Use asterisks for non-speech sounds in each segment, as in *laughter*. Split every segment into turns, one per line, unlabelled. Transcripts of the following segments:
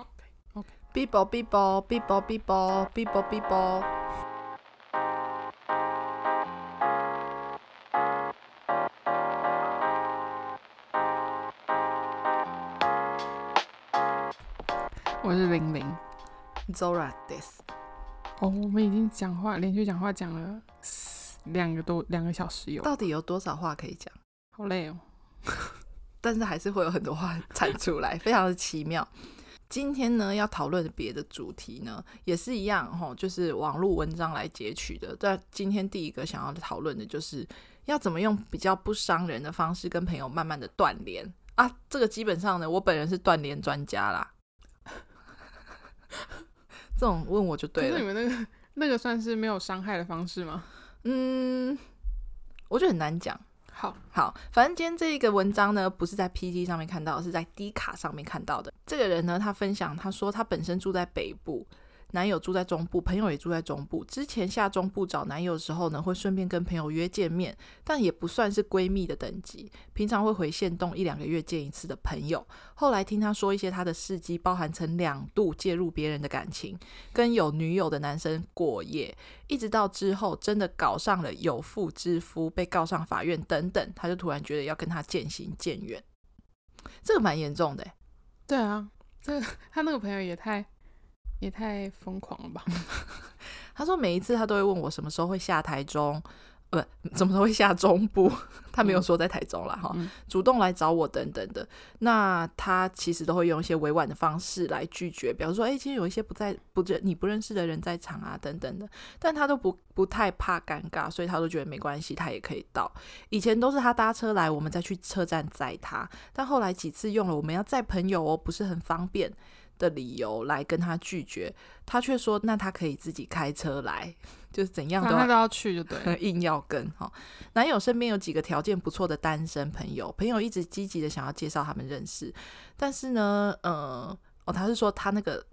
OK
Bibo Bibo Bibo Bibo Bibo Bibo。
我是玲玲。
Zora this。
哦，我们已经讲话，连续讲话讲了四两个多两个小时有，
到底有多少话可以讲？
好累哦。
但是还是会有很多话产出来，非常的奇妙。 *laughs* 今天呢，要讨论的别的主题呢，也是一样哈，就是网络文章来截取的。但今天第一个想要讨论的就是要怎么用比较不伤人的方式跟朋友慢慢的断联啊。这个基本上呢，我本人是断联专家啦。 *laughs* 这种问我就
可
对
是
了
你。们那个 *laughs* 那个算是没有伤害的方式吗？
嗯，我觉得很难讲。
好，
好，反正今天这一个文章呢，不是在 PG 上面看到，是在 D 卡上面看到的。这个人呢，他分享，他说他本身住在北部，男友住在中部，朋友也住在中部。之前下中部找男友的时候呢，会顺便跟朋友约见面，但也不算是闺蜜的等级，平常会回县东一两个月见一次的朋友。后来听他说一些他的事迹，包含曾两度介入别人的感情，跟有女友的男生过夜，一直到之后真的搞上了有妇之夫，被告上法院等等，他就突然觉得要跟他渐行渐远，这个蛮严重的欸。
对啊，这他那个朋友也太也太疯狂 *laughs* 了吧？
他说每一次他都会问我什么时候会下台中，呃不，什么时候会下中部，他没有说在台中啦哈，
嗯
主动来找我等等的。那他其实都会用一些委婉的方式来拒绝，比方说，哎、今天有一些不在不认你不认识的人在场啊等等的，但他都不不太怕尴尬，所以他都觉得没关系，他也可以到。以前都是他搭车来，我们再去车站载他，但后来几次用了我们要载朋友哦，不是很方便。的理由来跟他拒绝，他却说那他可以自己开车来，就是怎样
反
都
正
要
他都要去就 *laughs* 对了。
*laughs* 硬要跟哈、男友身边有几个条件不错的单身朋友，朋友一直积极的想要介绍他们认识，但是呢，呃，哦，他是说他那个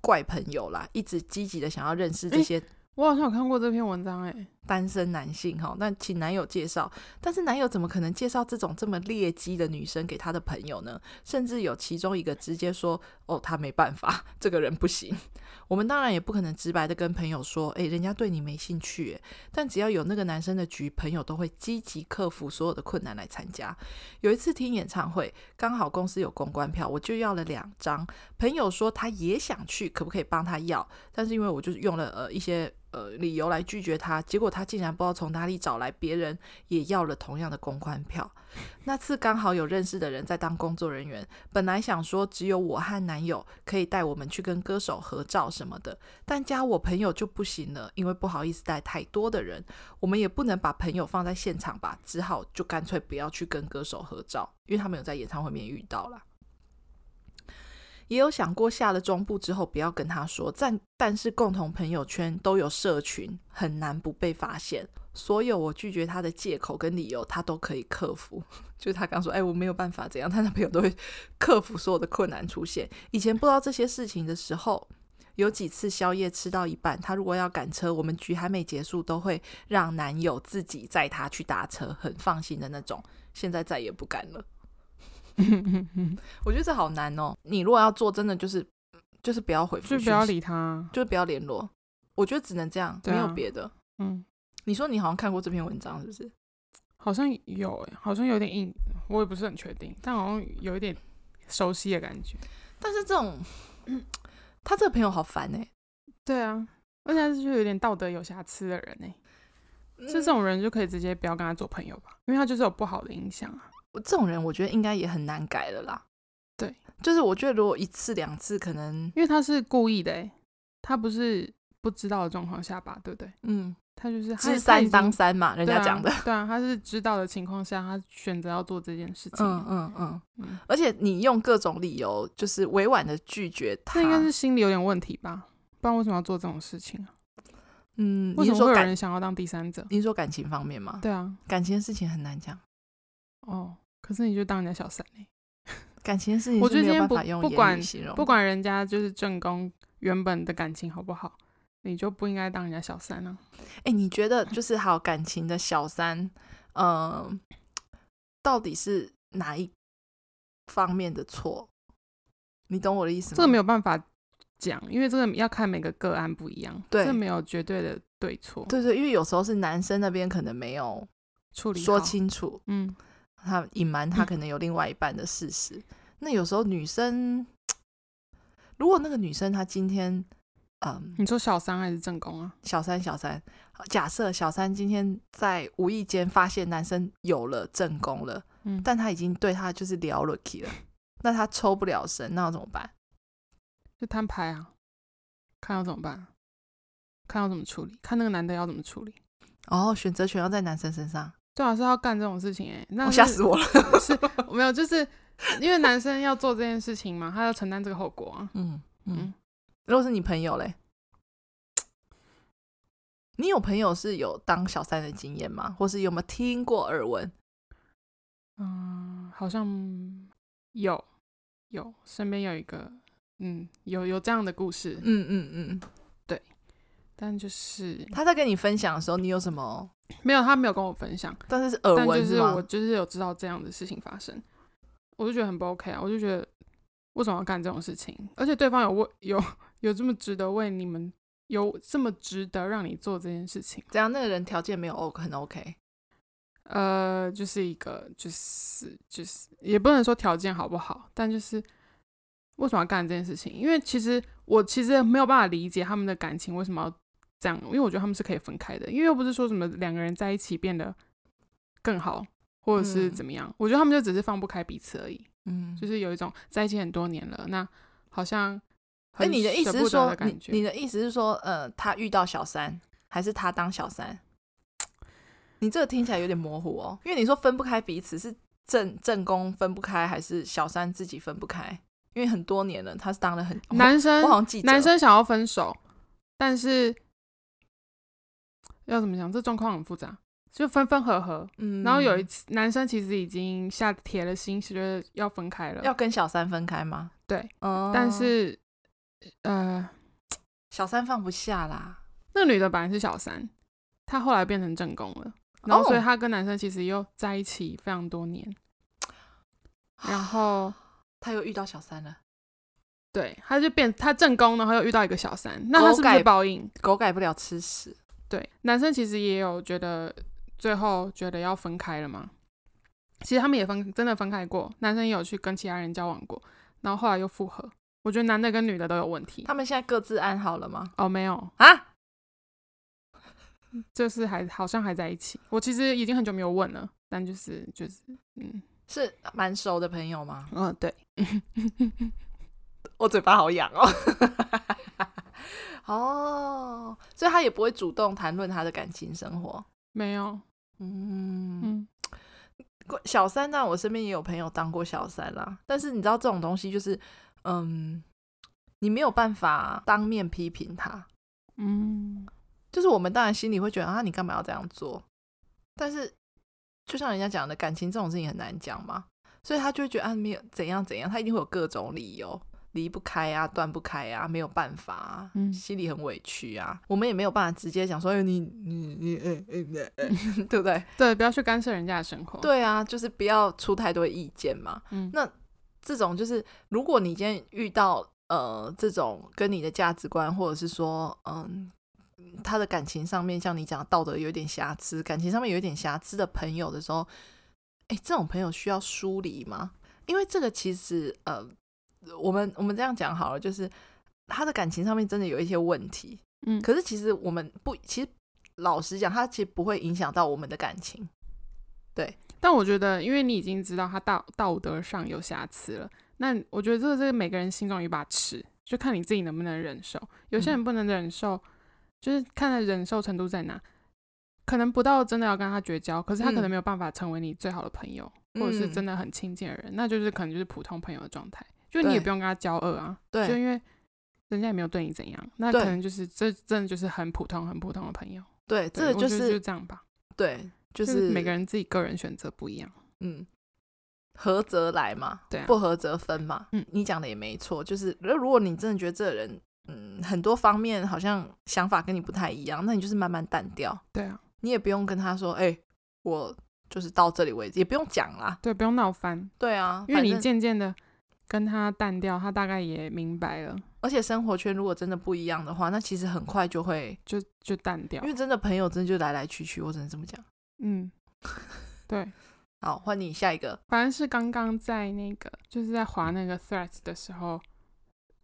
怪朋友啦，一直积极的想要认识这些
我好像有看过这篇文章、哎，
单身男性哈、那请男友介绍，但是男友怎么可能介绍这种这么劣迹的女生给他的朋友呢？甚至有其中一个直接说：“哦，他没办法， *laughs* 这个人不行。”我们当然也不可能直白的跟朋友说：“诶，人家对你没兴趣。诶”但只要有那个男生的局，朋友都会积极克服所有的困难来参加。有一次听演唱会，刚好公司有公关票，我就要了两张。朋友说他也想去，可不可以帮他要？但是因为我就是用了呃一些呃理由来拒绝他，结果他竟然不知道从哪里找来别人也要了同样的公关票。那次刚好有认识的人在当工作人员，本来想说只有我和男友可以带我们去跟歌手合照什么的，但加我朋友就不行了，因为不好意思带太多的人，我们也不能把朋友放在现场吧，只好就干脆不要去跟歌手合照，因为他们有在演唱会里面遇到啦。也有想过下了中部之后不要跟他说，但但是共同朋友圈都有社群，很难不被发现。所有我拒绝他的借口跟理由，他都可以克服。 *laughs* 就是他刚说，哎，我没有办法怎样， *laughs* 他男朋友都会克服所有的困难出现。以前不知道这些事情的时候，有几次宵夜吃到一半，他如果要赶车，我们局还没结束，都会让男友自己载他去搭车，很放心的那种。现在再也不敢了。 *laughs* 我觉得这好难哦。你如果要做，真的就是就是不要回复
就
讯息，
不要理他。啊
就是不要联络。我觉得只能这样，
对
没
啊
有别的。
嗯，
你说你好像看过这篇文章，是不是？
好像有、哎，好像有点硬，我也不是很确定，但好像有一点熟悉的感觉。
但是这
*clears throat*
种，他这个朋友好烦哎、
对啊，而且他是就有点道德有瑕疵的人呢、欸
嗯
就这种人就可以直接不要跟他做朋友吧，因为他就是有不好的影响啊。
我这种人，我觉得应该也很难改了啦。
对，
就是我觉得如果一次两次，可能
因为他是故意的、欸，他不是不知道的状况下吧，对不对？
嗯，
他就是他
知三当
时
三嘛，人家讲的。
*laughs* 对啊，他是知道的情况下，他选择要做这件事情。
嗯嗯嗯，
啊嗯，
而且你用各种理由，就是委婉的拒绝他。
他应该是心理有点问题吧，不然为什么要做这种事情啊？
嗯，
为
你
什
是
么会
说
有
感，嗯
人想要当第三者？
你是说感情方面吗？
对啊，
感情的事情很难讲，
哦，可是你就当人家小三欸
感情的事情
我觉
是
得
没
今
有
天
办法
不
用
不
言语
管
形容的。
不管人家就是正宫原本的感情好不好，你就不应该当人家小三啊。
哎、你觉得就是好感情的小三，呃，到底是哪一方面的错？你懂我的意思吗？
这个没有办法讲，因为这个要看每个个案不一样，
对
这没有绝对的对错。
对对，因为有时候是男生那边可能没有
处理
说
好，
清楚，
嗯，
他隐瞒他可能有另外一半的事实。那有时候女生，如果那个女生她今天，嗯，
你说小三还是正宫啊？
小三小三，假设小三今天在无意间发现男生有了正宫了，
嗯，
但他已经对他就是聊了 k 了，那他抽不了身，那要怎么办？
就摊牌啊，看要怎么办，看要怎么处理，看那个男的要怎么处理。
哦，选择权要在男生身上，
最好是要干这种事情哎、欸，那
我
是
哦吓死我了。
*laughs* 是没有，就是因为男生要做这件事情嘛，他要承担这个后果啊。
嗯嗯
嗯，
如果是你朋友嘞，你有朋友是有当小三的经验吗？或是有没有听过耳闻？
嗯，好像有有身边有一个，嗯，有有这样的故事，
嗯嗯嗯，
但就是
他在跟你分享的时候，你有什么？
没有，他没有跟我分享，
但是是耳
但就
闻
是
吗？
我就是有知道这样的事情发生，我就觉得很不 OK 啊，我就觉得为什么要干这种事情？而且对方有为有 *laughs* 有这么值得为你们有这么值得让你做这件事情，
怎样？那个人条件没有 OK，很 OK。
呃，就是一个就是就是也不能说条件好不好，但就是为什么要干这件事情？因为其实我其实没有办法理解他们的感情为什么要这样，因为我觉得他们是可以分开的，因为又不是说什么两个人在一起变得更好，或者是
嗯
怎么样，我觉得他们就只是放不开彼此而已。
嗯，
就是有一种在一起很多年了，那好像
哎，
很
你的意
舍
思
不
是
得
说
的，感
你
觉
你的意思是说，呃，他遇到小三，还是他当小三？你这个听起来有点模糊哦，因为你说分不开彼此，是正正宫分不开，还是小三自己分不开？因为很多年了，他是当了很
男生
我我好像记得
男生想要分手，但是要怎么讲？这状况很复杂，就分分合合。
嗯
然后有一次，男生其实已经下铁了心，觉得要分开了，
要跟小三分开吗？
对，
哦、
但是呃，
小三放不下啦。
那个女的本来是小三，她后来变成正宫了，然后
哦
所以她跟男生其实又在一起非常多年，
*gasps*
然后。
他又遇到小三了，
对，她就变她正宫，然后又遇到一个小三，那她是不
狗改
是报应？
狗改不了吃屎。
对，男生其实也有觉得最后觉得要分开了嘛。其实他们也分真的分开过，男生也有去跟其他人交往过，然后后来又复合。我觉得男的跟女的都有问题。
他们现在各自安好了吗？
哦，没有，
啊，
就是还好像还在一起。我其实已经很久没有问了，但就是就是，嗯
是蛮熟的朋友吗？
嗯、对，
我嘴巴好痒哦。 *laughs* 哦，所以他也不会主动谈论他的感情生活。
没有，
嗯，
嗯，
小三呢、我身边也有朋友当过小三啦，但是你知道这种东西就是，嗯，你没有办法当面批评他，
嗯，
就是我们当然心里会觉得啊，你干嘛要这样做？但是就像人家讲的，感情这种事情很难讲嘛，所以他就会觉得啊，没有怎样怎样，他一定会有各种理由，离不开啊，断不开啊，没有办法啊，
嗯
心里很委屈啊，我们也没有办法直接讲说，哎，你你你，哎哎哎， *laughs* 哎对不对？
对，不要去干涉人家的生活。，
对啊，就是不要出太多意见嘛。
嗯
那这种就是，如果你今天遇到呃这种跟你的价值观，或者是说嗯他的感情上面，像你讲道德有点瑕疵，感情上面有一点瑕疵的朋友的时候，哎，这种朋友需要疏离吗？因为这个其实呃，我们我们这样讲好了，就是他的感情上面真的有一些问题，
嗯，
可是其实我们不，其实老实讲，他其实不会影响到我们的感情。
但我觉得，因为你已经知道他道道德上有瑕疵了，那我觉得这个是每个人心中有一把尺，就看你自己能不能忍受。有
嗯
些人不能忍受，就是看他忍受程度在哪，可能不到真的要跟他绝交，可是他可能
嗯
没有办法成为你最好的朋友，或者是
嗯
真的很亲近的人，那就是可能就是普通朋友的状态，就你也
对
不用跟他交恶啊，
对
就因为人家也没有对你怎样，那
对
可能就是这真的就是很普通很普通的朋友。
对，这
对
个
我
就
觉得
是
这样吧，
对，就
就是每个人自己个人选择不一样。
嗯，合则来嘛，
对啊
不合则分嘛。
嗯
你讲的也没错，就是如果你真的觉得这个人，嗯，很多方面好像想法跟你不太一样，那你就是慢慢淡掉，
对啊，
你也不用跟他说，哎、我就是到这里为止，也不用讲啦。
对，不用闹翻。
对啊，
因为
反
你
正
渐渐的跟他淡掉，他大概也明白了，
而且生活圈如果真的不一样的话，那其实很快就会，
就就淡掉
因。为真的朋友真的就来来去去，我只能这么讲。
嗯，
*laughs*
对，
好，换你下一个。
反正是刚刚在那个就是在划那个 Threads 的时候，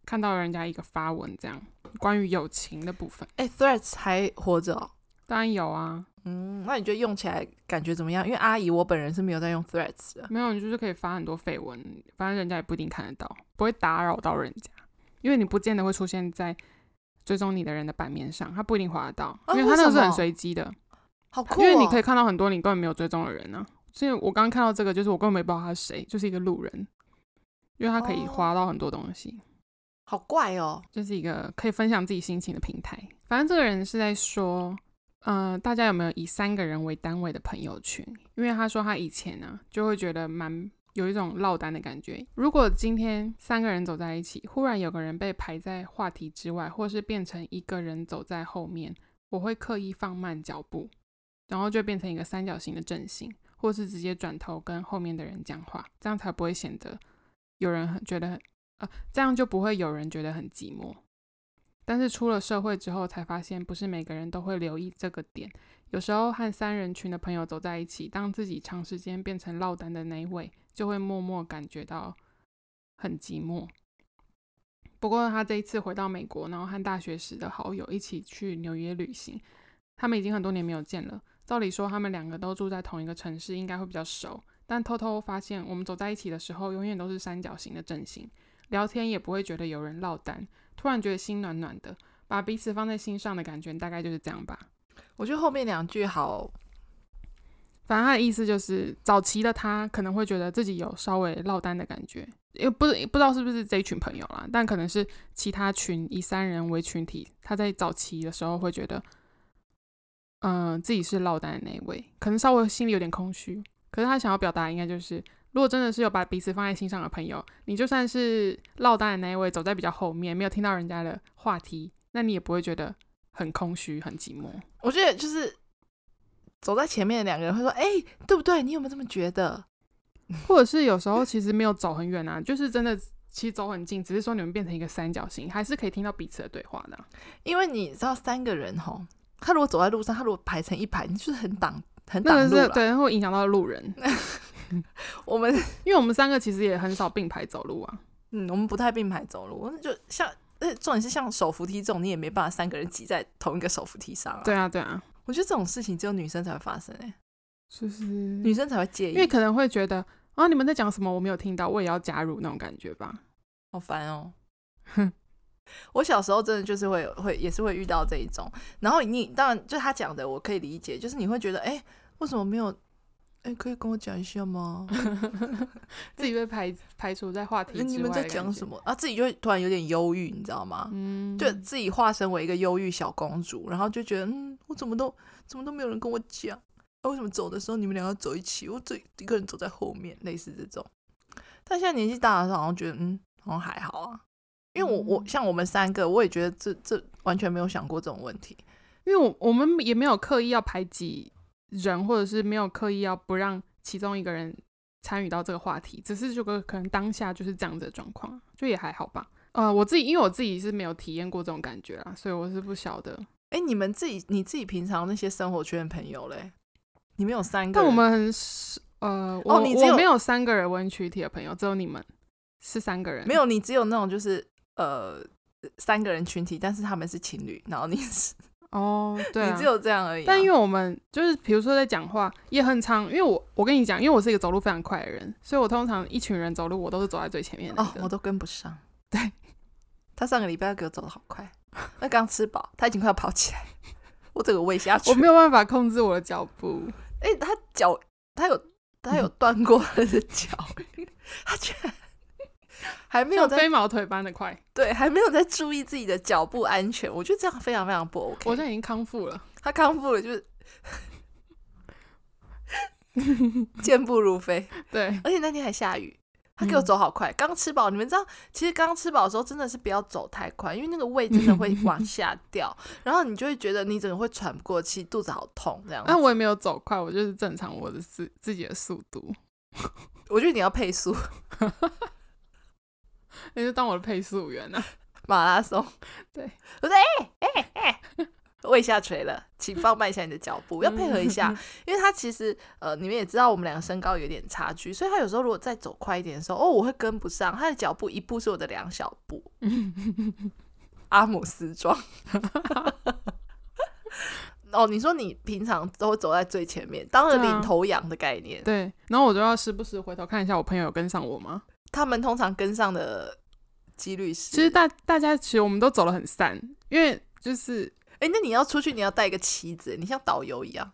看到人家一个发文，这样关于友情的部分，
哎、t h r e a d s 还活着哦。
当然有啊，
嗯，那你觉得用起来感觉怎么样？因为阿姨，我本人是没有在用 Threads 的。
没有你就是可以发很多绯闻，反正人家也不一定看得到，不会打扰到人家，因为你不见得会出现在追踪你的人的版面上，他不一定划得到，
啊
因为他那个
为什
是
么
很随机的，
好酷、哦！
因为你可以看到很多你根本没有追踪的人呢、啊。所以我刚刚看到这个，就是我根本没不知道他是谁，就是一个路人，因为他可以
哦
划到很多东西。
好怪哦。
就是一个可以分享自己心情的平台。反正这个人是在说，呃，大家有没有以三个人为单位的朋友群？因为他说他以前呢、就会觉得蛮有一种落单的感觉。如果今天三个人走在一起，忽然有个人被排在话题之外，或是变成一个人走在后面，我会刻意放慢脚步，然后就变成一个三角形的阵型，或是直接转头跟后面的人讲话，这样才不会显得有人很觉得很呃，这样就不会有人觉得很寂寞。但是出了社会之后，才发现不是每个人都会留意这个点。有时候和三人群的朋友走在一起，当自己长时间变成落单的那一位，就会默默感觉到很寂寞。不过他这一次回到美国，然后和大学时的好友一起去纽约旅行，他们已经很多年没有见了。照理说，他们两个都住在同一个城市，应该会比较熟。但偷偷发现，我们走在一起的时候，永远都是三角形的阵型，聊天也不会觉得有人落单。突然觉得心暖暖的，把彼此放在心上的感觉，大概就是这样吧。
我觉得后面两句好，
反正他的意思就是，早期的他可能会觉得自己有稍微落单的感觉，也不是不知道是不是这一群朋友啦，但可能是其他群以三人为群体，他在早期的时候会觉得，嗯、自己是落单的那一位，可能稍微心里有点空虚。可是他想要表达应该就是，如果真的是有把彼此放在心上的朋友，你就算是落单的那一位，走在比较后面，没有听到人家的话题，那你也不会觉得很空虚、很寂寞。
我觉得就是走在前面的两个人会说：“哎、对不对？你有没有这么觉得
或者是有时候其实没有走很远啊，就是真的其实走很近，只是说你们变成一个三角形，还是可以听到彼此的对话的啊。？”
因为你知道三个人吼，他如果走在路上，他如果排成一排，你就是很挡很
那
挡
个
路
是
了。
对，会影响到路
*laughs*
人，
我们 *laughs*
因为我们三个其实也很少并排走路啊。
嗯，我们不太并排走路，那就像。呃，重点是像手扶梯这种，你也没办法三个人挤在同一个手扶梯上啊。
对，嗯啊，对啊，
我觉得这种事情只有女生才会发生、欸，
就是
女生才会介意，
因为可能会觉得啊，你们在讲什么，我没有听到，我也要加入那种感觉吧。
好烦哦
哼。
*laughs* 我小时候真的就是会会也是会遇到这一种，然后你当然就他讲的我可以理解，就是你会觉得哎、为什么没有？哎、可以跟我讲一下 *laughs* 吗？
自己被排排除在话题之
哎
外。
你们在讲什？么啊？自己就会突然有点忧郁，你知道吗？
嗯，
就自己化身为一个忧郁小公主，然后就觉得嗯，我怎么都怎么都没有人跟我讲，啊，为什么走的时候你们两个走一起，我自己一个人走在后面，类似这种。但现在年纪大了，好像觉得嗯，好像还好啊，因为我我
嗯
像我们三个，我也觉得这这完全没有想过这种问题。
因为我我们也没有刻意要排挤人，或者是没有刻意要不让其中一个人参与到这个话题，只是这个可能当下就是这样子的状况，就也还好吧。呃，我自己因为我自己是没有体验过这种感觉啦，所以我是不晓得。
哎，你们自己你自己平常那些生活圈的朋友嘞，你们有三个
但
人，
我们很是呃，我、
哦你只有
我没有三个人温群体的朋友，只有你们是三个人，
没有，你只有那种就是呃三个人群体，但是他们是情侣，然后你是、 *laughs*
哦，对、啊，
你只有这样而已啊、
但因为我们就是，比如说在讲话也很长，因为我我跟你讲，因为我是一个走路非常快的人，所以我通常一群人走路，我都是走在最前面的那
哦
个、，
我都跟不上。
对，
他上个礼拜给我走的好快， *laughs* 那刚吃饱，他已经快要跑起来，我整个喂下去。
*laughs* 我没有办法控制我的脚步，
哎、他脚，
*laughs*
他有，他有断过他的脚， *laughs* 他居然还 *laughs* 没有
像
在
飞毛腿般的快。
对，还没有在注意自己的脚步安全。我觉得这样非常非常不 OK。
我现在已经康复
*laughs*
了，
他康复了，就是健步如飞。
对，
而且那天还下雨，他给我走好快。刚、吃饱，你们知道，其实刚吃饱的时候真的是不要走太快，因为那个胃真的会往下掉，然后你就会觉得你整个会喘不过气，肚子好痛这样子。
啊但我也没有走快，我就是正常我的自自己的速度。
我觉得你要配速，
那就当我的配速员
*laughs*
啊。
马拉松。
*laughs* 对，
我说哎哎哎，胃下垂了，请放慢一下你的脚
嗯
步，要配合
*laughs*
一下，因为他其实呃，你们也知道我们两个身高有点差距，所以他有时候如果再走快一点的时候，哦，我会跟不上，他的脚步一步是我的两小步。
*laughs*
阿姆斯壮。 *laughs* 哦，你说你平常都会走在最前面，当了
对啊
领头羊的概念，
对，然后我就要时不时回头看一下我朋友有跟上我吗？
他们通常跟上的几率是，
其实大大家其实我们都走得很散，因为就是
哎，那你要出去，你要带一个旗子，你像导游一样。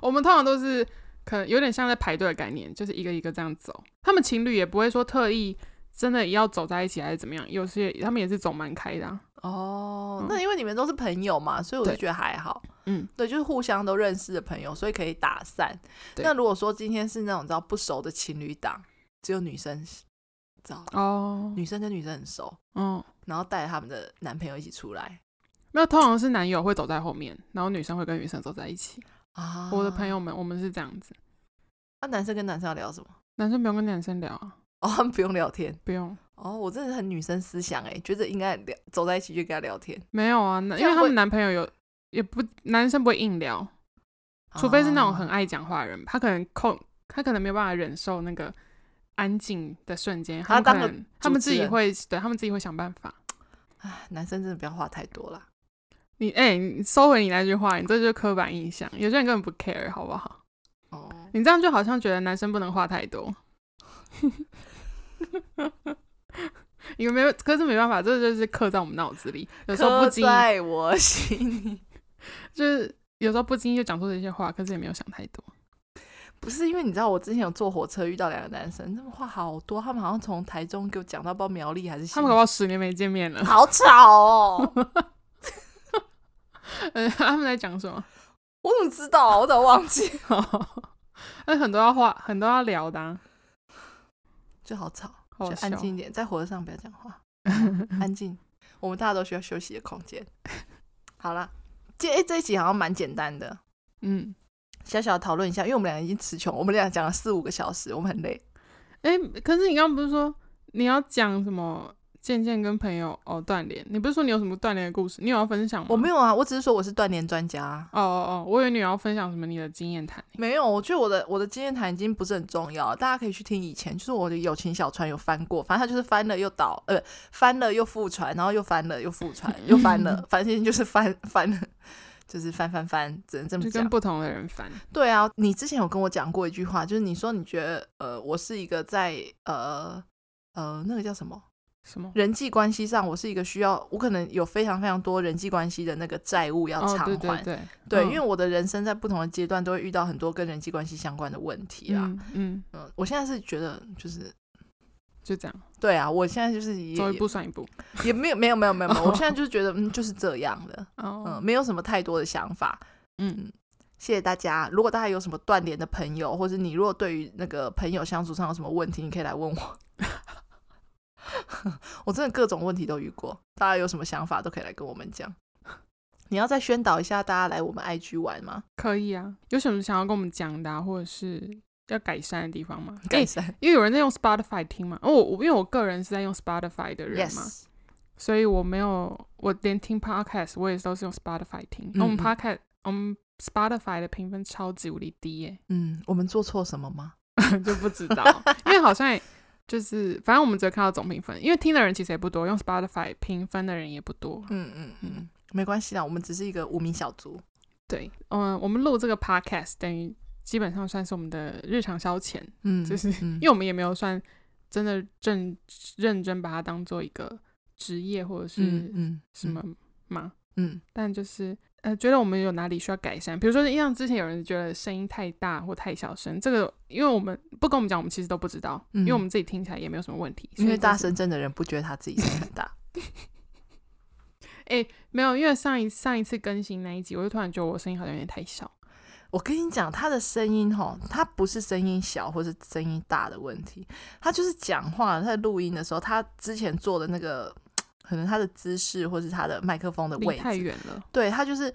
我们通常都是可能有点像在排队的概念，就是一个一个这样走。他们情侣也不会说特意真的要走在一起还是怎么样，有些他们也是走蛮开的、啊。
哦
嗯，
那因为你们都是朋友嘛，所以我就
对
觉得还好。
嗯，
对，就是互相都认识的朋友，所以可以打散。
对
那如果说今天是那种你知道不熟的情侣档，只有女生知道，
哦，
女生跟女生很熟，
嗯，
然后带他们的男朋友一起出来
没有，通常是男友会走在后面，然后女生会跟女生走在一起。
啊。
我的朋，友们，我们是这样子，
那、男生跟男生要聊什么？ *laughs*
男生不用跟男生聊啊，
哦，他们不用聊天。
不用，
哦，我真的很女生思想哎，觉得应该聊走在一起就跟他聊天，
没有啊，那
这
因
样
为他
会哦
们男朋友有也不男生不会硬聊，除非是那种很
啊
爱讲话的人，他可能控，他可能没有办法忍受那个安静的瞬间，
他
他们可
当个
能他们
主
自
持
己
人
会，对他们自己会想办法。
唉男生真的不要话太多啦。
你哎、你收回你那句话，你这就是刻板印象，有些人根本不 care，好不好？
哦，
你这样就好像觉得男生不能话太多，因为没有，可是没办法，这就是刻在我们脑子里，有时候不
刻
经意
在我心里。
就是有时候不经意就讲出这些话，可是也没有想太多。
不是因为你知道，我之前有坐火车遇到两个男生，他们话好多，他们好像从台中给我讲到不知道苗栗还是
他们搞不好十年没见面了，
好吵哦！ *laughs*
呃，他们在讲什么？ *laughs* 哦
我怎么知道、啊？我怎么忘记？
那很多要话，很多要聊的、啊，
就好吵，
好
就
好笑
安。静一点，在火车上不要讲话，安静。我们大家都需要休息的空间。好啦，这、诶这一集好像蛮简单的，
嗯，
小小讨论一下，因为我们俩已经词穷，我们俩讲了四五个小时，我们很累。
哎、可是你刚刚不是说你要讲什么？渐渐跟朋友哦断联，你不是说你有什么断联的故事？你有要分享吗？
我没有啊，我只是说我是断联专家、啊。
哦哦哦，我以为你要分享什么你的经验谈。
没有，我觉得我的我的经验谈已经不是很重要了，大家可以去听以前，就是我的友情小船有翻过，反正它就是翻了又倒，呃，翻了又复船，然后又翻了又复船，又
*laughs*
翻了，反正就是翻翻了，就是翻翻翻，只嗯能这么
就
讲
跟。不同的人翻。
对啊，你之前有跟我讲过一句话，就是你说你觉得呃，我是一个在呃呃那个叫什么
什么？
人际关系上，我是一个需要我可能有非常非常多人际关系的那个债务要
哦，
偿还，
对对对，
对，
嗯
因为我的人生在不同的阶段都会遇到很多跟人际关系相关的问题啦。
嗯嗯，
嗯，我现在是觉得就是
就这样，
对啊，我现在就是也
走一步算一步。
也没有没有没有没有没有，
*laughs*
我现在就是觉得嗯就是这样的，嗯，
哦，
没有什么太多的想法。
嗯
谢谢大家。如果大家有什么断联的朋友，或者你如果对于那个朋友相处上有什么问题，你可以来问我。 *laughs* 我真的各种问题都遇过，大家有什么想法都可以来跟我们讲。 *laughs* 你要再宣导一下大家来我们 IG 玩吗？
可以啊。有什么想要跟我们讲的、啊，或者是要改善的地方吗？
改
诶
善、
因为有人在用 Spotify 听嘛，哦，我因为我个人是在用 Spotify 的
y e
人嘛
s
所以我没有，我连听 Podcast 我也都是用 Spotify 听。那、我们
嗯嗯
Podcast，我们 Spotify 的评分超级无敌低耶、 *laughs*
嗯，我们做错什么吗？
就不知
*laughs*
道，因为好像也就是反正我们只会看到总评分，因为听的人其实也不多，用 Spotify 评分的人也不多。
嗯嗯嗯，没关系啦，我们只是一个无名小卒。
对，嗯，我们录这个 Podcast 等于基本上算是我们的日常消遣，
嗯，
*laughs* 就是
嗯
因为我们也没有算真的正认真把它当做一个职业或者
嗯
是
嗯
什么嘛。
嗯
但就是呃，觉得我们有哪里需要改善，比如说像之前有人觉得声音太大或太小声，这个因为我们不跟我们讲，我们其实都不知道，因为我
嗯
们自己听起来也没有什么问题，所
因
以
为
就
大
是
声真的人不觉得他自己声音很
*laughs*
大。
没有，因为上一上一次更新那一集，我就突然觉得我声音好像有点太小，
我跟你讲，他的声音吼，他不是声音小或是声音大的问题，他就是讲话他在录音的时候，他之前做的那个，可能他的姿势或是他的麦克风的
离
位
太
置，
远了，
对他就是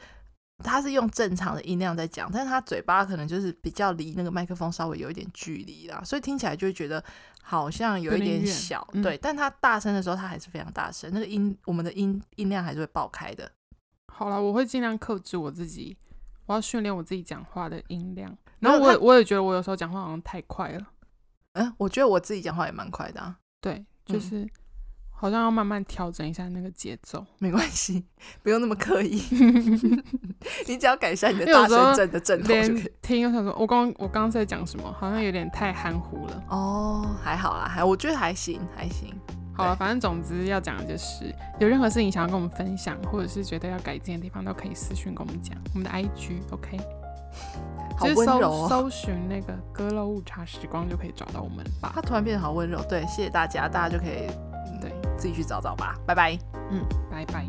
他是用正常的音量在讲，但是他嘴巴可能就是比较离那个麦克风稍微有一点距离啦，所以听起来就会觉得好像有一
有点
点
远
小，
嗯
对。但他大声的时候，他还是非常大声，那个音我们的音音量还是会爆开的。
好了，我会尽量克制我自己，我要训练我自己讲话的音量。
没
然
有
后我也
他
我也觉得我有时候讲话好像太快了，
嗯，我觉得我自己讲话也蛮快的、啊，
对，就
嗯
是好像要慢慢调整一下那个节
*laughs*
奏。
没关系，不用那么
*laughs*
刻意，你只要改善你的
因为有
大
时候
声震的阵头就可以
连。听我想说，我刚我刚刚在讲什么，好像有点太含糊了。
哦，还好啦，还我觉得还行，还行。
好了，
对
反正总之要讲的就是，有任何事情想要跟我们分享，或者是觉得要改进的地方，都可以私讯跟我们讲。我们的 IG OK，
好
就是
温
搜、
柔哦，
搜寻那个“阁楼午茶时光”就可以找到我们了吧
他。突然变得好温柔。对，谢谢大家，大家就可以
对，
自己去找找吧，拜拜。
嗯，拜拜。